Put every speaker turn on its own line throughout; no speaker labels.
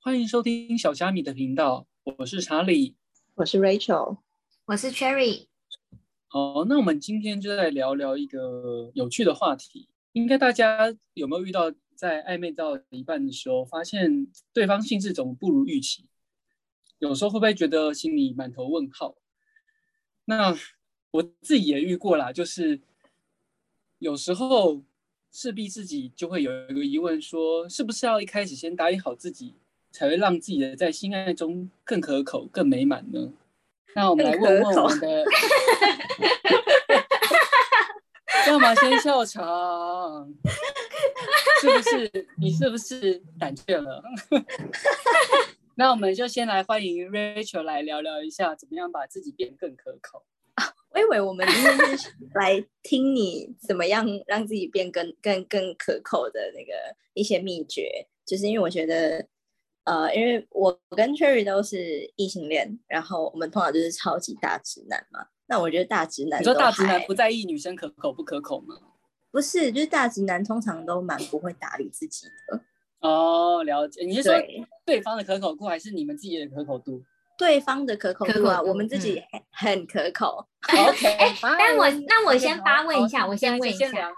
欢迎收听小虾米的频道，我是查理。
我是 Rachel。
我是 Cherry，
好，那我们今天就来聊聊一个有趣的话题。应该大家有没有遇到，在暧昧到一半的时候，发现对方兴致总不如预期？有时候会不会觉得心里满头问号？那我自己也遇过啦，就是有时候势必自己就会有一个疑问说，是不是要一开始先打理好自己，才会让自己的在性爱中更可口、更美满呢？那我们来问问我们的， 干嘛先笑场？是不是你是不是胆怯了？那我们就先来欢迎 Rachel 来聊聊一下，怎么样把自己变更可口。
我以为我们今天 是来听你怎么样让自己变更更更可口的那个一些秘诀，就是因为我觉得，呃，因为我跟 Cherry 都是异性恋，然后我们通常就是超级大直男嘛。那我觉得大直男
你说
都
大直男
还
不在意女生可口不可口吗？
不是，就是大直男通常都蛮不会打理自己的。
哦，了解。你是说
对，
对方的可口度，还是你们自己的可口 度
对方的可口度啊，
可口度
我们自己
嗯
很很可口。
？OK，
哎但我那我
OK，
先
好
发问一
好
下，我
你
先
先
问一
先
下
聊，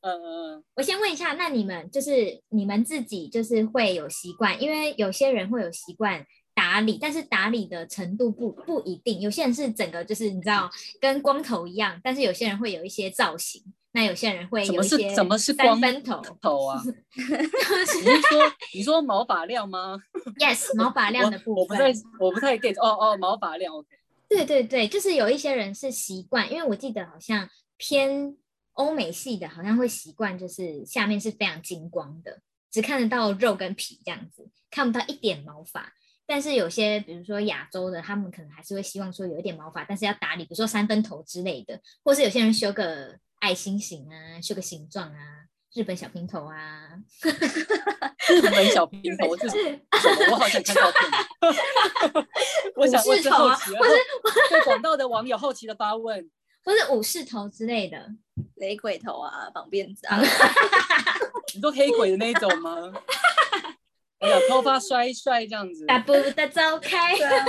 嗯嗯嗯，
我先问一下，那你们就是你们自己就是会有习惯，因为有些人会有习惯打理，但是打理的程度不不一定，有些人是整个就是你知道跟光头一样，但是有些人会有一些造型，那有些人会
什
有
么
一
是
些
什么是
三
光
分头
头 啊？你是说你说毛发量吗？
，yes 毛发量的
我
部
我不太
分。
我不太 get 哦哦，毛发量 OK，
对对对，就是有一些人是习惯，因为我记得好像偏欧美系的，好像会习惯就是下面是非常精光的，只看得到肉跟皮这样子，看不到一点毛发。但是有些比如说亚洲的，他们可能还是会希望说有一点毛发，但是要打理，比如说三分头之类的，或是有些人修个爱心型啊，修个形状啊，日本小平头啊，
日本小平头是什
是
么？我好想看照片。 我想问
武士
是
头
好
啊
奇，然后对广大的网友好奇的发问，
或是武士头之类的。
雷鬼头啊，绑辫子啊，
嗯 你说黑鬼的那一种吗？哎呀，头发甩甩这样子，
大步的走开。
对 啊，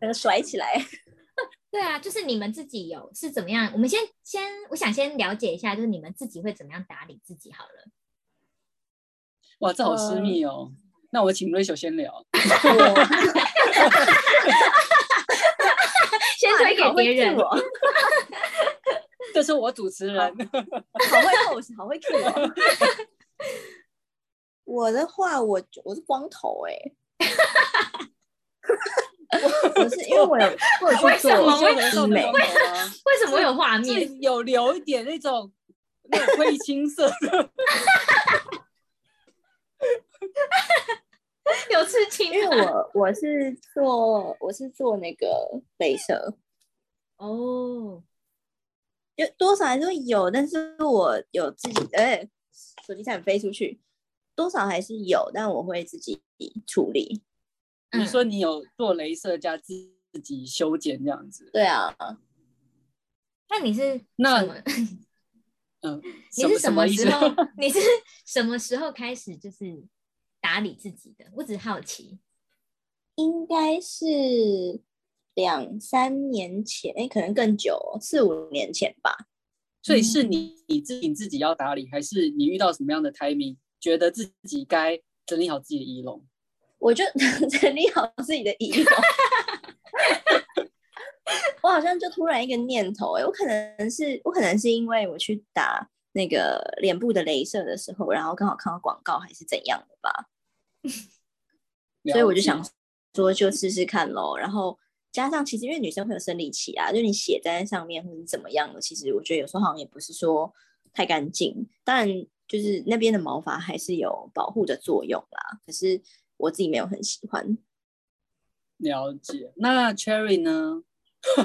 整个甩起来。
对啊，就是你们自己有是怎么样？我们先先，我想先了解一下，就是你们自己会怎么样打理自己好了。
哇，这好私
嗯
密哦。那我请 Rachel 先聊，啊
先推给别人
哇你好会 cue 我，
这是我主持人。
好会 pose，好会 Q 我。 我的话，我我是光头哎、 我是因为我有我有去
为什
做
么
会
医美，
为什么会有画
啊是
面？
有留一点那种那种灰青色的，
有刺青
因为我我是做我是做那个镭射，
哦，
就多少还是会有，但是我有自己，哎、手机差点飞出去，多少还是有，但我会自己处理。
你
嗯
说你有做镭射加自自己修剪这样子，
对啊，
那你是
那
什么
嗯，
你是
呃什
么
么意思
时？候？你是什么时候开始就是打理自己的？我只是好奇。
应该是两三年前，哎、可能更久哦，四五年前吧。
所以是
嗯
你你自己自己要打理，还是你遇到什么样的 timing，觉得自己该整理好自己的仪容？
我就 整理好自己的仪容， 我好像就突然一个念头、哎，我可能是我可能是因为我去打那个脸部的镭射的时候，然后刚好看到广告还是怎样的吧，所以我就
了
想
解，
说就试试看咯。然后加上其实因为女生会有生理期啊，就你血在上面或者怎么样的，其实我觉得有时候好像也不是说太干净。当然就是那边的毛发还是有保护的作用啦，可是我自己没有很喜欢。
了解。那 Cherry 呢？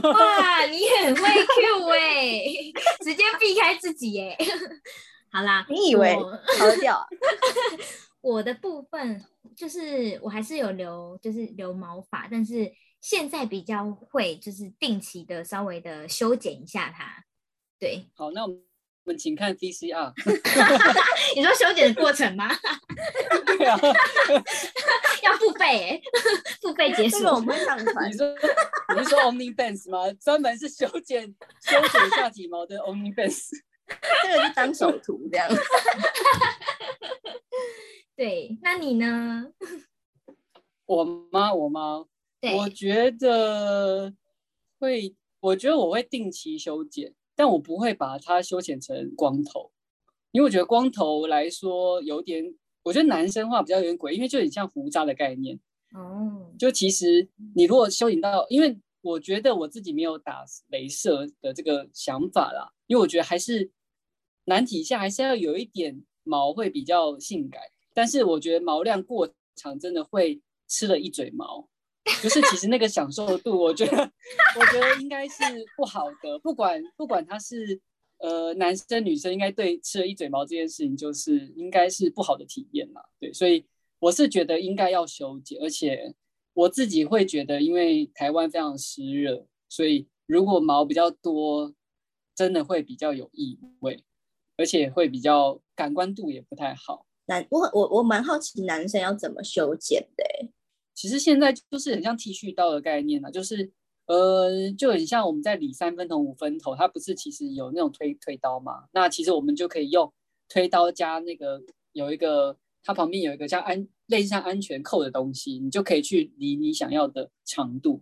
哇，你很会 Q 哎、 直接避开自己耶、 好啦，
你以为
我
逃掉啊？
我的部分就是我还是有留，就是留毛发，但是现在比较会就是定期的稍微的修剪一下它。对，
好， 那我们。我们请看 VCR，
你说修剪的过程吗？
对啊，
要付费欸 付费解
这
锁
个。我不会上传
你。说你是说 OnlyFans 吗？专门是修剪修剪下体毛的 OnlyFans。
这个就当首图这样。
对，那你呢？
我妈，我妈，
对，
我觉得会，我觉得我会定期修剪，但我不会把它修剪成光头，因为我觉得光头来说有点，我觉得男生话比较有点诡异，因为就很像胡渣的概念。
哦，
就其实你如果修剪到，因为我觉得我自己没有打镭射的这个想法啦，因为我觉得还是男体下还是要有一点毛会比较性感，但是我觉得毛量过长真的会吃了一嘴毛，就是其实那个享受度，我觉得 我觉得应该是不好的，不管不管他是。呃，男生女生应该对吃了一嘴毛这件事情，就是应该是不好的体验啦。对，所以我是觉得应该要修剪，而且我自己会觉得，因为台湾非常湿热，所以如果毛比较多，真的会比较有异味，而且会比较感官度也不太好。
男，我我我蛮好奇男生要怎么修剪的欸、
其实现在就是很像剃须刀的概念啊，就是呃，就很像我们在理三分头、五分头，它不是其实有那种推推刀嘛？那其实我们就可以用推刀加那个有一个它旁边有一个像安类似像安全扣的东西，你就可以去理你想要的长度。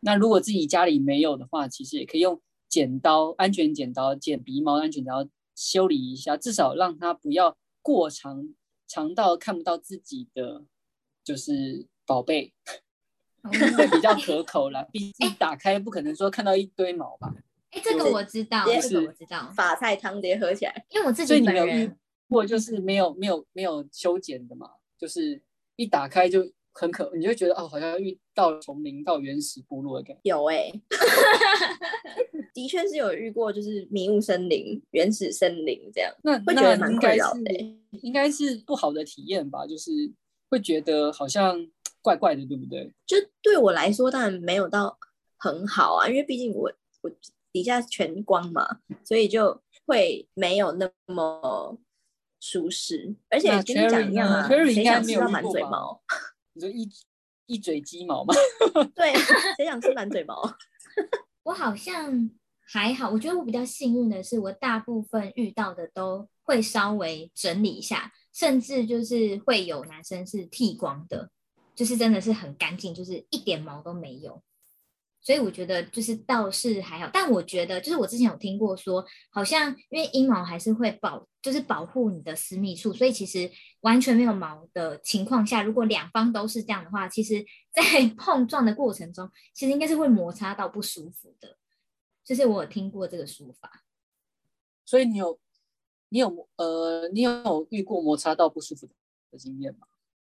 那如果自己家里没有的话，其实也可以用剪刀、安全剪刀剪鼻毛、安全剪刀修理一下，至少让它不要过长，长到看不到自己的就是宝贝。
哦
会比较可口啦。毕竟打开不可能说看到一堆毛吧。
哎，这个
就是
我知道，
直接
这个我知道，
法菜汤直接喝起来，
因为我自
所以你
己本
们有遇
人，
过就是没有没有没有修剪的嘛？就是一打开就很可，你就觉得哦，好像遇到丛林到原始部落的感觉。
有哎、的确是有遇过，就是迷雾森林、原始森林这样，
那
会觉得
那
蛮
应
困
该
扰
是
的欸、
应该是不好的体验吧？就是会觉得好像怪怪的，对不对？
就对我来说，当然没有到很好啊，因为毕竟我我底下全光嘛，所以就会没有那么舒适。而且
那
跟你讲
Cherry
一样
呢
啊，
？Cherry
谁
应该
想
没
吃
有
到
遇
满
过
嘴
吧
毛？
你说一一嘴鸡毛吗？
对，谁想吃满嘴毛？
我好像还好，我觉得我比较幸运的是，我大部分遇到的都会稍微整理一下，甚至就是会有男生是剃光的，就是真的是很干净，就是一点毛都没有。所以我觉得就是倒是还好，但我觉得就是我之前有听过说，好像因为阴毛还是会保，就是保护你的私密处，所以其实完全没有毛的情况下，如果两方都是这样的话，其实，在 碰撞的过程中，其实应该是会摩擦到不舒服的。就是我有听过这个说法，
所以你有你有呃你有遇过摩擦到不舒服的经验吗？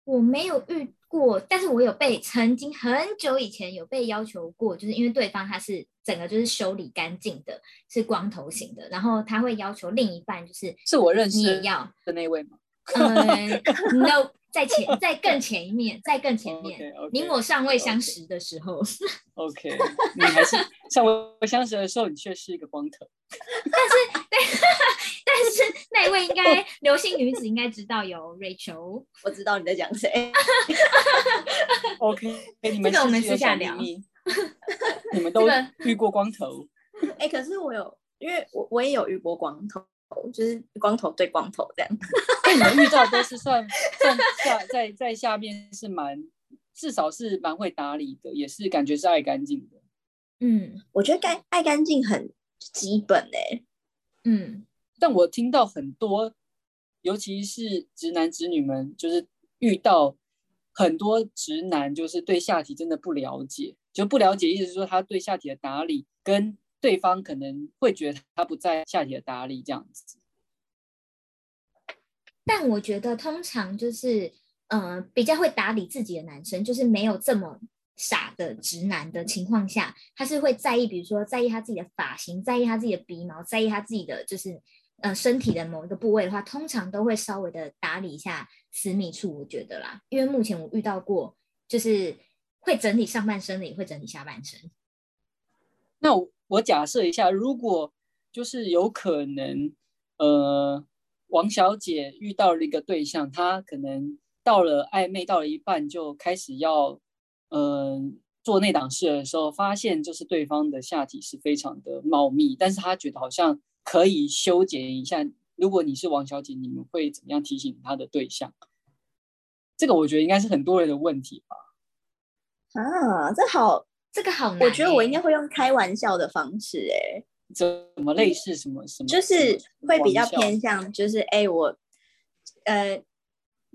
我没有遇过，但是我有被曾经很久以前有被要求过，就是因为对方他是整个就是修理干净的，是光头型的，然后他会要求另一半就是
是我认
你
识
也 要。
的那位吗？
嗯，no，在前，在更前面，在更前
o
面，
k o k
你我尚未相识的时候，
OK，你还是像我相识的时候，你却是一个光头。
但是那位应该流星女子应该知道有 Rachel，
我知道你在讲谁。
OK，你们
这个我们
是不是有
私下
小秘
聊
密， 你们都
这个
遇过光头，
哎、可是我有，因为我我也有遇过光头，就是光头对光头这样。
那你们遇到都是算算下在在下面是蛮至少是蛮会打理的，也是感觉是爱干净的。
嗯
我觉得干爱干净很基本哎、
嗯，
但我听到很多，尤其是直男直女们，就是遇到很多直男，就是对下体真的不了解，就不了解，意思是说他对下体的打理跟对方可能会觉得他不在下体的打理这样子。
但我觉得通常就是，呃，比较会打理自己的男生，就是没有这么傻的直男的情况下，他是会在意，比如说在意他自己的发型，在意他自己的鼻毛，在意他自己的就是。呃，身体的某一个部位的话，通常都会稍微的打理一下私密处，我觉得啦，因为目前我遇到过，就是会整理上半身的，也会整理下半身。
那我我假设一下，如果就是有可能，呃，王小姐遇到了一个对象，她可能到了暧昧到了一半就开始要，嗯、做那档事的时候，发现就是对方的下体是非常的茂密，但是他觉得好像可以修剪一下。如果你是王小姐，你们会怎么样提醒他的对象？这个我觉得应该是很多人的问题吧。
啊，这好，
这个好难欸、
我觉得我应该会用开玩笑的方式、欸，
怎么类似什嗯么什么？
就是会比较
玩笑
偏向，就是哎、我呃，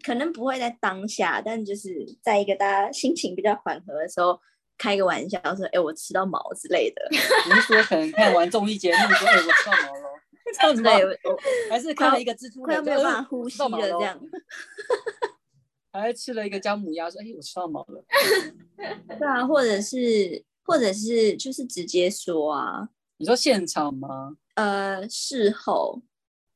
可能不会在当下，但就是在一个大家心情比较缓和的时候，开个玩笑说，哎、我吃到毛之类的。
你是说可能看完综艺节目说，哎，我知道毛了， 这样子吗？
对，我
还是看了一个蜘蛛
快要
人，
没
就
有
哎
办法
我
呼
吃
吸
到毛
了，这
咯
样。
还吃了一个姜母鸭，说：“哎，我吃到毛了。
对啊，或者是或者是就是直接说啊，”
你说现场吗？
呃，事后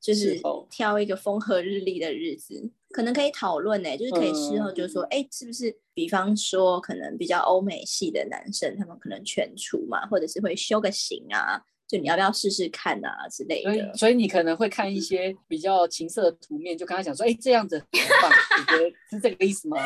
就
事
是
后
挑一个风和日丽的日子，可能可以讨论呢，就是可以事后就说，
嗯
哎、是不是？比方说，可能比较欧美系的男生，他们可能全除嘛，或者是会修个型啊，就你要不要试试看啊之类
所
的
以，。所以你可能会看一些比较情色的图面，就跟他讲说：“哎，这样子很棒。”你觉得是这个意思吗？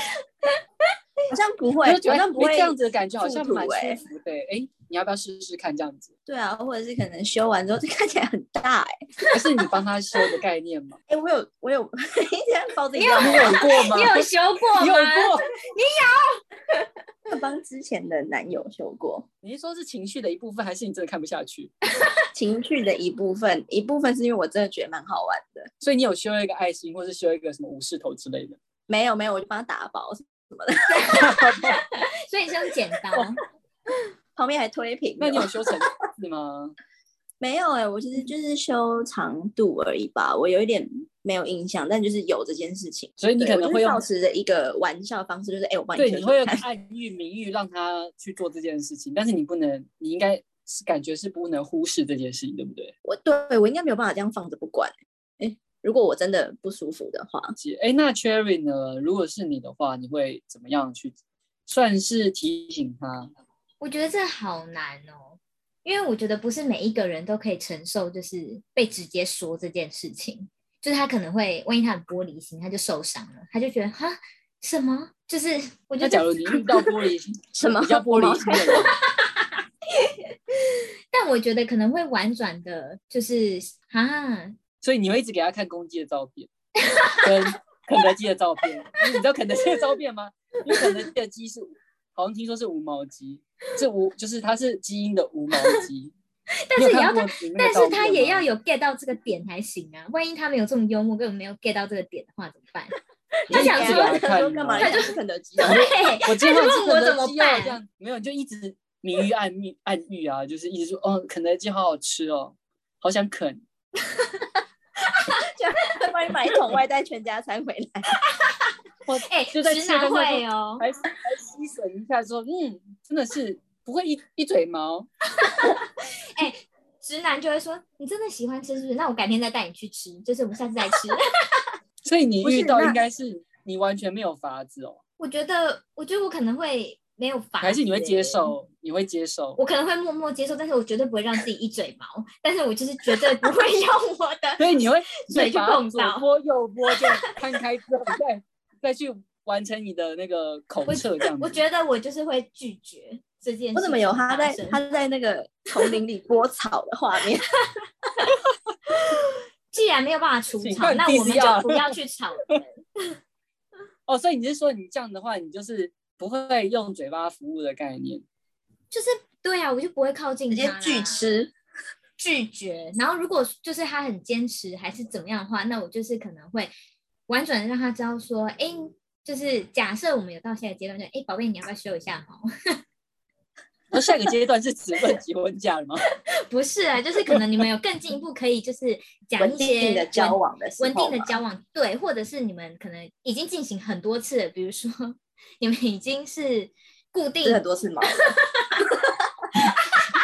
好像 不 会，
我就觉
好
得
像不
哎
会
这样子的感觉好
附
像
图
蛮
哎
舒服的。哎，你要不要试试看这样子？
对啊，或者是可能修完之后，这看起来很大哎、
还是你帮他修的概念吗？
哎、我有我有， 你这样包自己
你有
干
你
嘛
有 过吗？
你有修过
你有
吗？
过？
我有 帮之前的男友修过。
你是说是情绪的一部分，还是你真的看不下去？
情绪的一部分，一部分是因为我真的觉得蛮好玩的。
所以你有修一个爱心，或是修一个什么武士头之类的？
没有没有，我就帮他打包，
所以你是用剪 刀，
旁边还推平的。
那你有修成字 吗？
没有哎、我其实就是修长度而已吧，我有一点没有印象，但就是有这件事情。
所以你
对
可
我
能
就
会
是
用
保持着一个玩笑方式，就是哎、我帮你
对，
修
你
修
会用
看
暗喻、明喻让他去做这件事情，但是你不能，你应该是感觉是不能忽视这件事情，对不对？
我对我应该没有办法这样放着不管、哎、如果我真的不舒服的 话，
姐，哎，那 Cherry 呢？如果是你的话，你会怎么样去算是提醒他？
我觉得这好难哦，因为我觉得不是每一个人都可以承受，就是被直接说这件事情，就是他可能会万一他很玻璃心，他就受伤了，他就觉得哈什么，就是我
那
觉得
假如你遇到玻璃心
什么
比较玻璃心的人，
但我觉得可能会婉转的，就是啊，
所以你会一直给他看公鸡的照片，跟肯德基的照片。你知道肯德基的照片吗？因为肯德基的鸡是，好像听说是无毛鸡，是无就是它是基因的无毛鸡。
哎但是也要
他，
但是他也要
有看过里面的照片吗。
有 get 到这个点才行啊，万一他没有这么幽默，根本没有 get 到这个点的话怎么办？他想
你
说
就一直给
他
看
说干嘛？
哦
他就是肯德基。
对，
我今天 好像
他就问我
吃肯
怎
德
么
基哦
办
这样没有你就一直明喻暗喻暗喻啊，就是一直说哦，肯德基好好吃哦，好想啃。
会帮你买一桶外带全家餐回来。
我
哎、
就在
直
吃的
男
时候
会哦，
还还吸吮一下说，嗯，真的是不会一一嘴毛。
直男就会说你真的喜欢吃是不是？那我改天再带你去吃，就是我们下次再吃。
所以你
不
遇
是
到
那
应该是你完全没有法子哦，
我觉得，我觉得我可能会没有法，
还是你会接？受？你会接受？
我可能会默默接受，但是我绝对不会让自己一嘴毛，但是我就是绝对不会用我的
所以你 会
所以
你
就
把它
碰
左
到
拨右拨这样摊开之后，再再去完成你的那个口
我
测这样子。
我觉得我就是会拒绝这件事情
我怎么有他在
发生
他在那个丛林里播草的画面？
既然没有办法除
请
草，
看
那我们
PCR
就不要去吵人。
哦，所以你是说你这样的话，你就是不会用嘴巴服务的概念，
就是对啊，我就不会靠近
直
他
接
啦，
拒吃，
拒绝。然后如果就是他很坚持还是怎么样的话，那我就是可能会婉转的让他知道说，哎、就是假设我们有到下一个阶段，就哎，诶宝贝，你要不要修一下毛？
那下一个阶段是只问结婚假了吗？
不是啊，就是可能你们有更进一步，可以就是讲
稳
一些
定的交往的时候
稳、稳定
嘛
的交往，对，或者是你们可能已经进行很多次了，比如说你们已经是固
吃
定
很多次毛。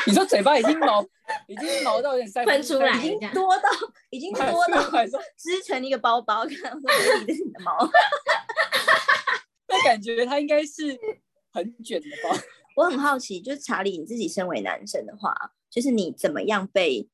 你说嘴巴已经毛，已经毛到有点塞不
喷出来
已经
这样
多到已经
塞不
多
出
到
来说
织成一个包包，看我说这是你的毛。
那感觉他应该是很卷的吧？
我很好奇，就是查理，你自己身为男生的话，就是你怎么样被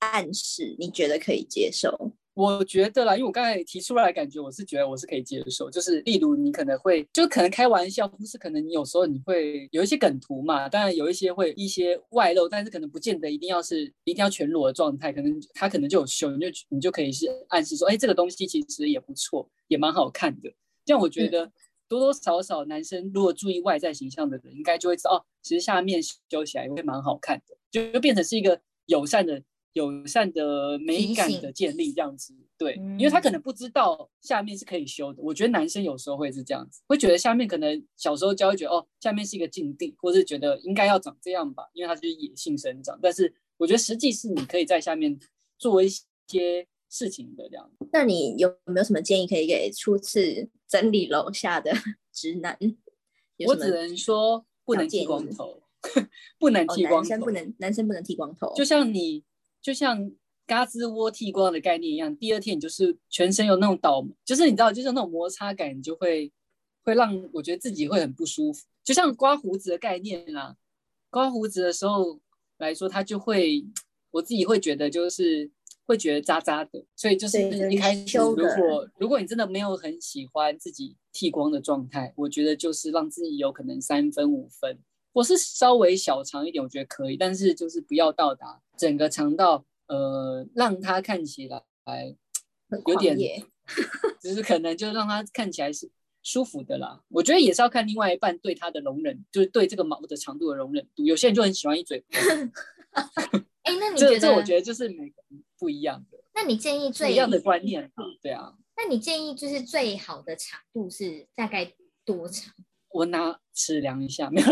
暗示？你觉得可以接受？
我觉得啦，因为我刚才提出来，感觉我是觉得我是可以接受，就是例如你可能会，就可能开玩笑，或是可能你有时候你会有一些梗图嘛，当然有一些会一些外露，但是可能不见得一定要是一定要全裸的状态，可能他可能就有秀，你就你就可以是暗示说，哎，这个东西其实也不错，也蛮好看的。这样我觉得多多少少男生如果注意外在形象的人，应该就会知道，哦，其实下面修起来会蛮好看的，就就变成是一个友善的。友善的美感的建立，这样子对，因为他可能不知道下面是可以修的。我觉得男生有时候会是这样子，会觉得下面可能小时候教会觉得哦，下面是一个禁地，或是觉得应该要长这样吧，因为它就是野性生长。但是我觉得实际是你可以在下面做一些事情的这样。
那你有没有什么建议可以给初次整理楼下的 直男？
我只能说不能剃光头， 不能剃光头，
哦男生不能男生不能剃光头，
就像你。就像嘎吱窝剃光的概念一样，第二天你就是全身有那种倒，就是你知道，就是那种摩擦感，你就会会让我觉得自己会很不舒服。就像刮胡子的概念啦、啊，刮胡子的时候来说，它就会我自己会觉得就是会觉得渣渣的，所以就是一开始如果如果你真的没有很喜欢自己剃光的状态，我觉得就是让自己有可能三分五分。我是稍微小长一点，我觉得可以，但是就是不要到达整个长到呃，让它看起来有点， 就是可能就让它看起来是舒服的啦。我觉得也是要看另外一半对它的容忍，就是对这个毛的长度的容忍度。有些人就很喜欢一嘴。
哎欸，那你
这这我觉得就是每个不一样的。
那你建议最
一样的观念啊？对啊。
那你建议就是最好的长度是大概多长？
我拿尺量一下，没有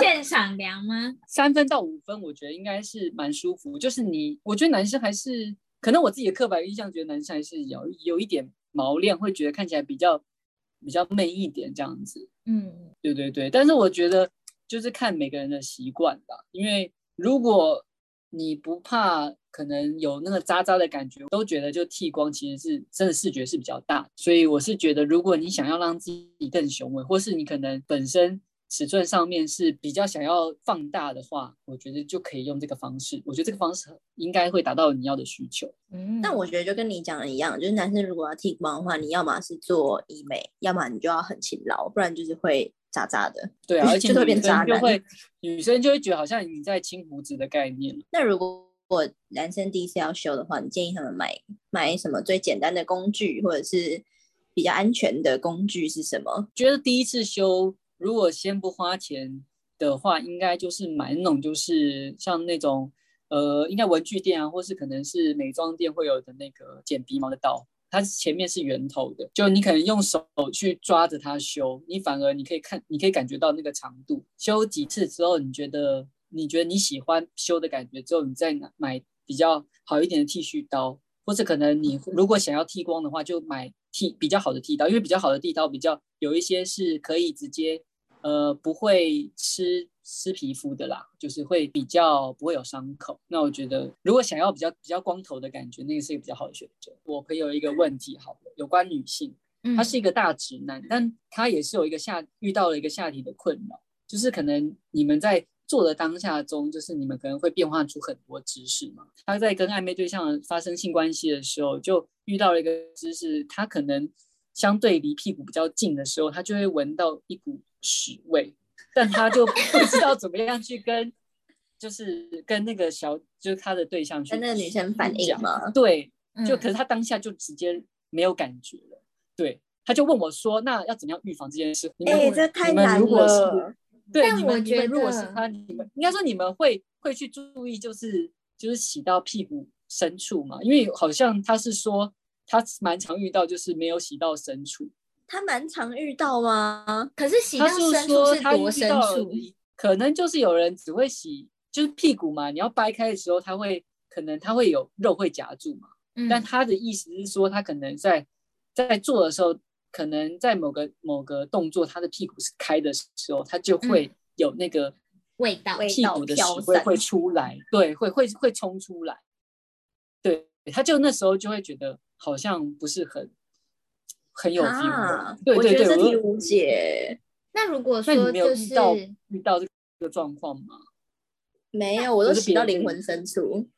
现场量吗？
三分到五分，我觉得应该是蛮舒服。就是你，我觉得男生还是可能我自己的刻板印象，觉得男生还是有有一点毛量，会觉得看起来比较比较媚一点这样子。
嗯，
对对对。但是我觉得就是看每个人的习惯吧，因为如果你不怕可能有那个渣渣的感觉，都觉得就剃光其实是真的视觉是比较大，所以我是觉得，如果你想要让自己更雄伟，或是你可能本身尺寸上面是比较想要放大的话，我觉得就可以用这个方式。我觉得这个方式应该会达到你要的需求。
嗯，
但我觉得就跟你讲的一样，就是男生如果要剃光的话，你要么是做医美，要么你就要很勤劳，不然就是会。渣渣的，
对 啊，而且
就会变
女
渣
生就
男。
会，女生就会觉得好像你在清胡子的概念。
那如果我男生第一次要修的话，你建议他们买买什么最简单的工具，或者是比较安全的工具是什么？
觉得第一次修，如果先不花钱的话，应该就是买那种就是像那种呃，应该文具店啊，或是可能是美妆店会有的那个剪鼻毛的刀，它前面是圆头的，就你可能用手去抓着它修，你反而你可以看，你可以感觉到那个长度。修几次之后，你觉得你觉得你喜欢修的感觉之后，你再拿买比较好一点的剃须刀，或者可能你如果想要剃光的话，就买。剃比较好的剃刀，因为比较好的剃刀比较有一些是可以直接，呃，不会吃吃皮肤的啦，就是会比较不会有伤口。那我觉得如果想要比较比较光头的感觉，那个是一个比较好的选择。我朋友一个问题好了，有关女性，她是一个大直男，嗯、但她也是有一个下遇到了一个下体的困扰，就是可能你们在。做的当下中，就是你们可能会变化出很多姿势嘛。他在跟暧昧对象发生性关系的时候，就遇到了一个姿势，他可能相对离屁股比较近的时候，他就会闻到一股屎味，但他就不知道怎么样去跟，就是跟那个小，就是他的对象去
跟那个女生反应嘛。
对，
嗯
就可是他当下就直接没有感觉了。对，他就问我说：“那要怎么样预防这件事？”
哎、欸，这太难了。
对，
但
你
我
们你
觉
们如果
得
是他，你们应该说你们会会去注意，就是就是洗到屁股深处嘛，因为好像他是说他蛮常遇到，就是没有洗到深处。
他蛮常遇到吗？
可是洗到
他是
深处
说
是
他
多
遇
深
到了
处？
可能就是有人只会洗，就是屁股嘛，你要掰开的时候，他会可能他会有肉会夹住嘛，
嗯
但他的意思是说，他可能在在做的时候，可能在某个某个动作，他的屁股是开的时候，他就会有那个。
嗯味道
味
屁
道
股的
飘
屎会
散
会出来，对，会会会冲出来，对，他就那时候就会觉得好像不是很很有 feel，、
啊，
对
我
对
觉得
对，
这
我
题无解。
那如果
那你
说
没有
就
遇
是
到遇到这个状况吗？
没有，我
或
都
是
洗到
别人
灵魂深处。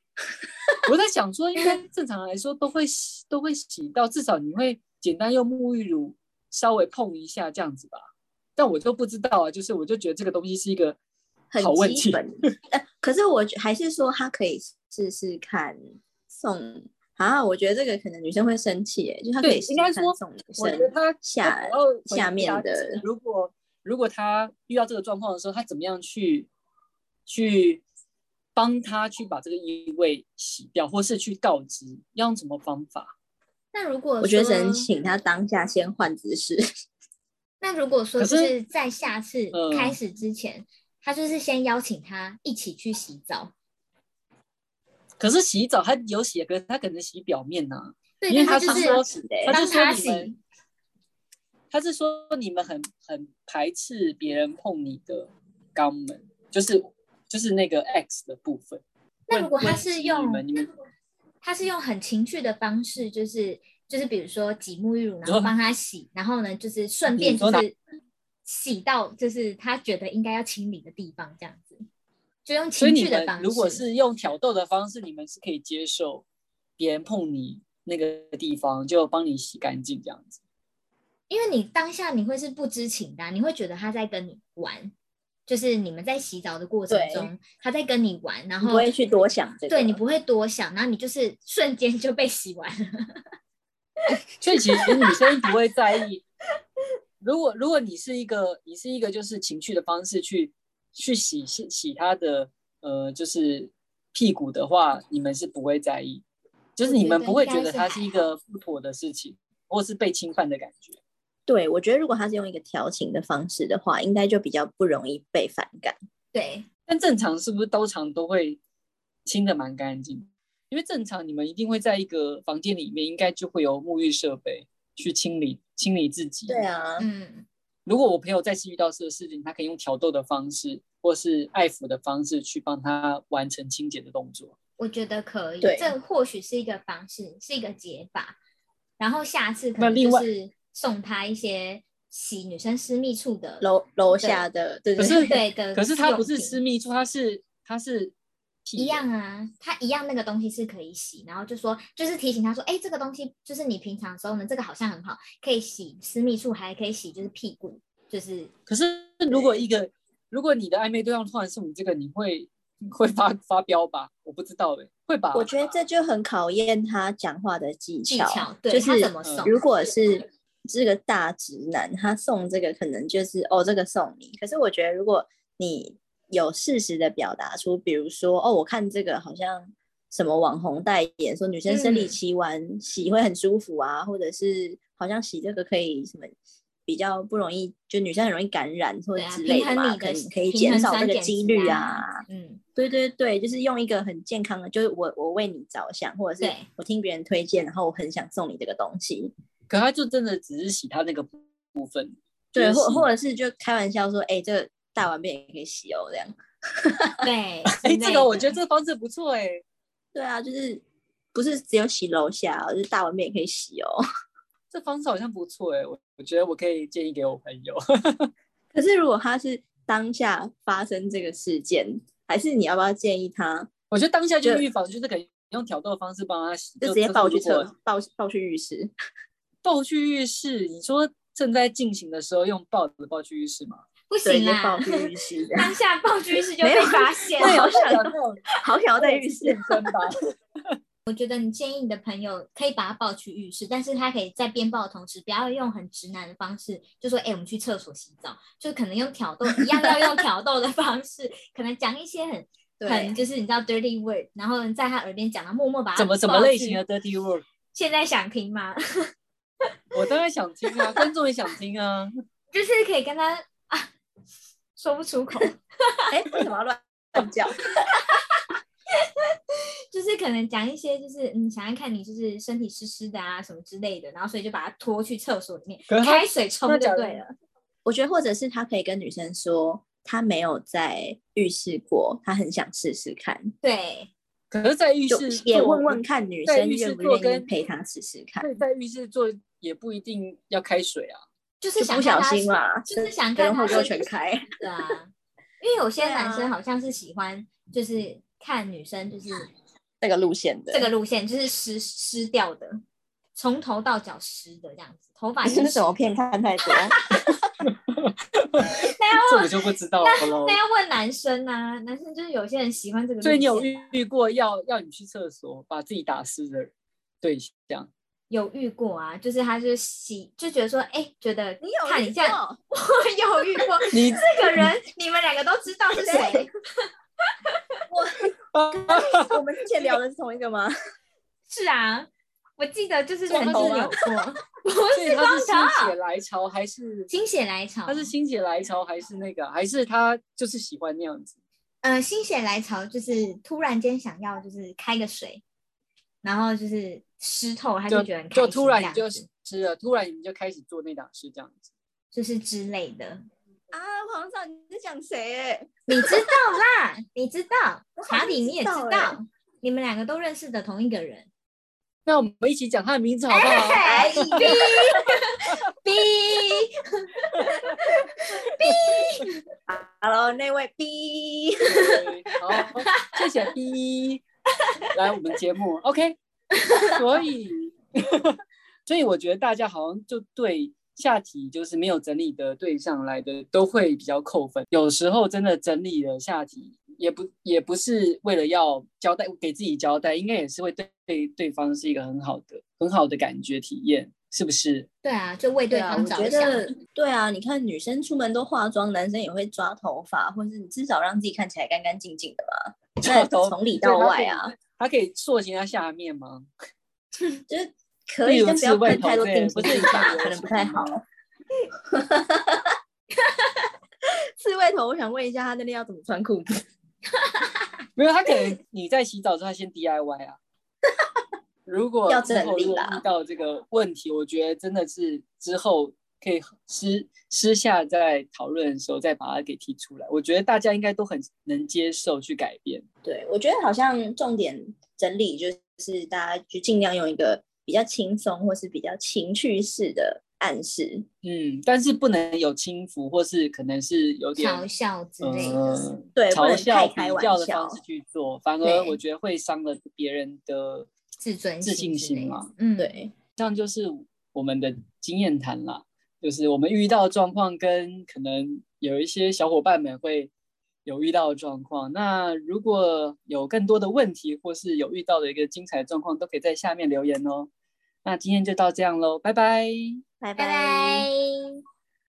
我在想说，应该正常来说都会洗，都会洗到，至少你会简单用沐浴乳稍微碰一下这样子吧。但我就不知道啊，就是我就觉得这个东西是一个
很
好问
基
题。
本。呃，可是我觉还是说他可以试试看送啊，我觉得这个可能女生会生气耶，就他可
对
以试试
应该
看
说
送女
我觉得
生。
他他
下
主要回
下面
家就
的
是如果如果他遇到这个状况的时候，他怎么样去去帮他去把这个异味洗掉，或是去告知，要用什么方法？
那如果
我觉得只
说
能请他当下先换姿势，
那如果说
可
就是是在下次
嗯
开始之前，他就是先邀请他一起去洗澡，
可是洗澡他有洗，可是他可能洗表面啊呐、
对，
因为
但
是
就是
说
对
他
帮
就说
他
你们
洗，
他是说你们很很排斥别人碰你的肛门，就是就是那个 X 的部分。
那
问
如果他
问
是
起
用
你们，你们
他是用很情趣的方式，就是就是比如说挤沐浴乳，然
说
后帮他洗，然后呢就是顺便
你说
就
哪
是洗到就是他觉得应该要清理的地方，这样子，就用
所以
情
你
趣的
们
方式。
如果是用挑逗的方式，你们是可以接受别人碰你那个地方，就帮你洗干净这样子。
因为你当下你会是不知情的啊、你会觉得他在跟你玩，就是你们在洗澡的过程
对
中，他在跟你玩，然
你不
后
会去多想这个。
对你不会多想，然后你就是瞬间就被洗完了。
所以其实女生不会在意。如果如果你是一个你是一个就是情趣的方式去去洗洗洗她的呃就是屁股的话，你们是不会在意，就是你们不会觉得它是一个不妥的事情，或是被侵犯的感觉。
对，我觉得如果他是用一个调情的方式的话，应该就比较不容易被反感。
对，
但正常是不是通常都会清的蛮干净？因为正常你们一定会在一个房间里面，应该就会有沐浴设备去清理清理自己。
啊，
嗯，
如果我朋友再次遇到这个事情，他可以用挑逗的方式，或是爱抚的方式去帮他完成清洁的动作。
我觉得可以，
对
这或许是一个方式，是一个解法。然后下次可
那
能
另
就
外
是送他一些洗女生私密处的，
楼楼下的，对
可
对
是
对，
对的，
可是他不是私
私
密处，他是他是屁
一
眼
样啊，他一样那个东西是可以洗，然后就说就是提醒他说，哎，这个东西就是你平常的时候呢，这个好像很好，可以洗私密处，还可以洗就是屁股，就是
可是如果一个如果你的暧昧对象突然送你这个，你会会发发飙吧？我不知道哎、会吧？
我觉得这就很考验他讲话的技
技
巧。
巧，对、
就是嗯
他怎么送
懂。
如果是这个大直男，他送这个可能就是哦，这个送你。可是我觉得，如果你有适时的表达出，比如说哦，我看这个好像什么网红代言，说女生生理
嗯
期完洗会很舒服啊，或者是好像洗这个可以什么。比较不容易，就女生很容易感染或
对
者
啊，
之类
平
的
衡
嘛，
你
可
的
以可以
平
减
衡
少
酸
这个
碱
几
值
率
啊
啊。
嗯，
对对对，就是用一个很健康的，就是我我为你着想，或者是
对
我听别人推荐，然后我很想送你这个东西，
可他就真的只是洗他那个部分，
对，
就是
或
洗
或者是就开玩笑说，哎、这个大完便也可以洗哦，这样。
对，
哎，这个我觉得
得
这个方式不错哎、
对啊，就是不是只有洗楼下、哦，就是大完便也可以洗哦。
这方式好像不错哎、我我觉得我可以建议给我朋友。
可是如果他是当下发生这个事件，还是你要不要建议他
我觉得当下就
就
预防，就是可以用挑逗的方式帮他洗，
就直接抱去厕
厕所，
抱抱去浴室？
抱去浴室。你说正在进行的时候用抱的抱去浴室吗？
不
对，
行
直接抱
啦，
去浴室这样。
当下暴君是就
没
被
有
发现
对
了
好。想
想那种
好想要在浴
健
室，
身 吧。
我觉得你建议你的朋友可以把他抱去浴室，但是他可以在边抱的同时，不要用很直男的方式，就说：“哎、我们去厕所洗澡。”就可能用挑逗，一样要用挑逗的方式，可能讲一些很很
对，
就是你知道 dirty word，然后在他耳边讲，然后默默把他
怎么怎么
抱
类
去
型的 dirty work？
现在想听吗？
我当然想听啊，观众也想听啊。
就是可以跟他啊，说不出口，
哎、为什么要 乱乱叫？
就是可能讲一些就是嗯，想要看你就是身体湿湿的啊什么之类的，然后所以就把他拖去厕所里面
可是，他
开水冲
嗯那
就
假如
对了。
我觉得，或者是他可以跟女生说，他没有在浴室过，他很想试试看，
对，
可是，在浴
就
室
也
做
问问，看女
在
生
浴室
愿不
做
愿意
跟
陪他试试看，
对，在浴室做也不一定要开水啊。
就是
就
想
不
看
小
他
心啦，
就是想
然
看
后
他
就是全开。
对啊， 因为有些
对啊
男生好像是喜欢，就是看女生就是
这个路线的，
这个路线就是湿湿掉的，从头到脚湿的这样子，头发
你
也
是不是
是
什么片看太 多？啊
这我就不知道了
那。要问男生啊，男生就是有些人喜欢这个路
所以
线，
你有遇遇过要要你去厕所把自己打湿的对象？
有遇过啊，就是他就是喜就觉得说，哎、觉得
你有
看一下，
过
我 有遇过
你
这个人，你们两个都知道是谁，
我们之前聊的是同一个吗？
是啊，我记得就是
所以
曾
他
经
是
有 过，不
所以
是
他
光
是
头，
心血来潮还是
心血来潮，
他是心血来潮还是那个还是他就是喜欢那样子？
呃，心血来潮就是突然间想要就是开个水，然后就是湿透，他
就
觉得很开
就
心
突然
这
你
样
就
子
湿了，突然你就开始做那档事这样子。
就是之类的，
啊，我好像知道你在讲谁哎，
你知道啦，你知道
我，好
查
像
理你也
知
知
道欸
道，你们两个都认识的同一个人。
那我们一起讲他的名字好不 好？
哎哔 哔，
，Hello，那位 B，
好，谢谢 B 来我们节目，OK。所以，所以我觉得大家好像就对下体就是没有整理的对象来的都会比较扣分。有时候真的整理了下体，也不也不是为了要交代给自己交代，应该也是会对对对方是一个很好的很好的感觉体验，是不是？
对啊，就为对
啊，
方
我
着
觉
想。
得对啊，你看女生出门都化妆，男生也会抓头发，或是你至少让自己看起来干干净净的吧。那
头
从里到外啊，
它可以塑形在下面吗？
就是可以，
例如
但不要
刺猬
看太多
头之类
定
的
睛
不是
镜
你
吧
看我，的
可能不太
视频
好。 刺猬头，我想问一下，他那天要怎么穿裤子？
没有，他可能你在洗澡的时候，他先 DIY 啊。如果
要
之后
整理
如果
啦
遇到这个问题，我觉得真的是之后可以私私下在讨论的时候再把它给提出来。我觉得大家应该都很能接受去改变。
对，我觉得好像重点整理就是大家就尽量用一个比较轻松或是比较情趣式的暗示。
嗯，但是不能有轻浮，或是可能是有点
嘲笑之类的。
呃
对不
嘲
能
笑、
太
比
开玩
较的
笑
方式去做，反而
对
我觉得会伤了别人的
自尊
自信
之类
心
的
嘛。
嗯，，
对，
这样就是我们的经验谈啦，就是我们遇到的状况跟可能有一些小伙伴们会有遇到的状况。那如果有更多的问题，或是有遇到的一个精彩的状况，都可以在下面留言哦。那今天就到这样喽，拜拜。
拜
拜拜。